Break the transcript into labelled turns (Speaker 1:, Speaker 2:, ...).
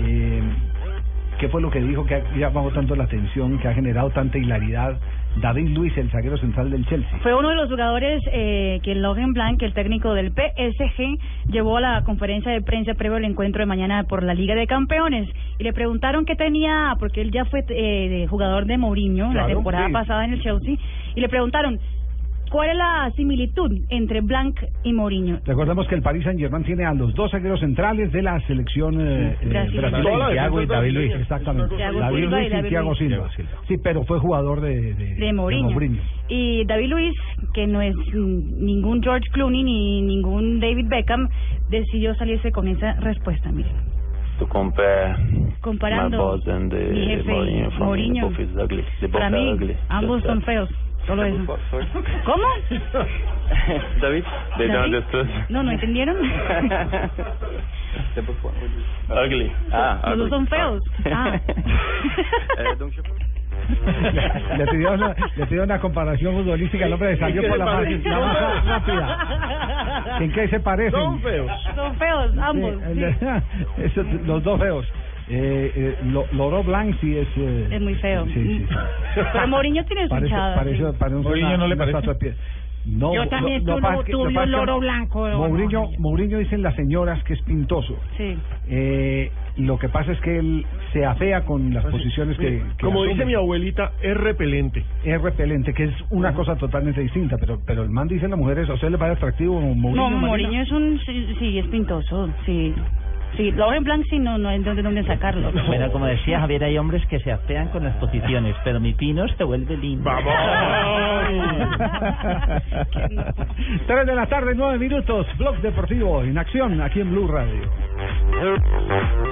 Speaker 1: Eh, ¿Qué fue lo que dijo que ha llamado tanto la atención, que ha generado tanta hilaridad? David Luis, el zaguero central del Chelsea.
Speaker 2: Fue uno de los jugadores eh, que Logan Blanc, el técnico del PSG, llevó a la conferencia de prensa previo al encuentro de mañana por la Liga de Campeones. Y le preguntaron qué tenía, porque él ya fue eh, jugador de Mourinho
Speaker 1: Claro,
Speaker 2: la temporada
Speaker 1: sí.
Speaker 2: pasada en el Chelsea. Y le preguntaron, ¿cuál es la similitud entre Blanc y Mourinho?
Speaker 1: Recordemos que el Paris Saint Germain tiene a los dos zagueros centrales de la selección eh, eh,
Speaker 2: Brasil.
Speaker 3: Toda la
Speaker 1: brasileña.
Speaker 3: defensa
Speaker 1: Thiago y
Speaker 3: es
Speaker 1: David
Speaker 3: brasileña.
Speaker 1: Luis. Exactamente.
Speaker 3: Thiago
Speaker 1: David
Speaker 2: Silva y
Speaker 1: Luis y
Speaker 2: David
Speaker 1: Thiago
Speaker 2: Luis.
Speaker 1: Silva.
Speaker 3: Thiago Silva.
Speaker 1: Sí, pero fue jugador de, de,
Speaker 2: de Mourinho.
Speaker 1: Mourinho.
Speaker 2: Y David Luis, que no es mm, ningún George Clooney ni ningún David Beckham, decidió salirse con esa respuesta. Miren,
Speaker 4: to compare
Speaker 2: comparando
Speaker 4: my boss and the
Speaker 2: mi jefe y
Speaker 4: Mourinho from
Speaker 2: Mourinho,
Speaker 4: both is ugly. They both
Speaker 2: para
Speaker 4: are
Speaker 2: mí
Speaker 4: ugly.
Speaker 2: ambos
Speaker 4: Just
Speaker 2: son
Speaker 4: that.
Speaker 2: feos. Solo eso. ¿Cómo?
Speaker 4: David, they don't
Speaker 2: ¿David?
Speaker 4: understand.
Speaker 2: No, ¿no entendieron?
Speaker 4: ugly. Ah,
Speaker 2: Los dos
Speaker 4: ugly.
Speaker 2: son feos. Ah.
Speaker 4: Eh, donc je-
Speaker 1: le pidió una, le pidió una comparación futbolística al hombre de salió
Speaker 3: ¿Qué
Speaker 1: por
Speaker 3: le
Speaker 1: la
Speaker 3: parece?
Speaker 1: margen, la más rápida. ¿En qué se parecen?
Speaker 3: Son feos.
Speaker 2: Son feos, ambos.
Speaker 1: Sí,
Speaker 2: sí.
Speaker 1: el- esos- los dos feos. Eh, eh, Lo- Loro Blanc sí es... eh,
Speaker 2: Es muy feo. Mm.
Speaker 1: Sí, sí.
Speaker 2: Pero Mourinho tiene su
Speaker 1: parece,
Speaker 2: hinchada,
Speaker 1: Parece,
Speaker 2: sí.
Speaker 1: parece una-
Speaker 3: Mourinho no le
Speaker 1: una
Speaker 3: parece.
Speaker 1: estatua de piedra. No,
Speaker 5: Yo también
Speaker 1: lo- lo
Speaker 5: tuve-
Speaker 1: pasa es que- lo
Speaker 5: tuve
Speaker 1: pasa es que
Speaker 5: un loro blanco, no,
Speaker 1: Mourinho,
Speaker 5: no.
Speaker 1: Mourinho dicen las señoras que es pintoso.
Speaker 2: Sí.
Speaker 1: Eh, lo que pasa es que él se afea con las posiciones que, que
Speaker 3: Ah, Como dice
Speaker 1: asume.
Speaker 3: mi abuelita, es repelente.
Speaker 1: es repelente, que es una cosa totalmente distinta, pero pero el man dice a las mujeres, ¿a usted le parece atractivo Mourinho?
Speaker 2: No,
Speaker 1: Marina?
Speaker 2: Mourinho es un... Sí, sí, es pintoso, sí. Sí, Lauren Blanc sí, no, no hay dónde, dónde sacarlo.
Speaker 6: Bueno, como decía Javier, hay hombres que se afean con las posiciones, pero mi pinos te vuelve lindo.
Speaker 1: Tres de la tarde, nueve minutos, Blog Deportivo en acción aquí en Blue Radio.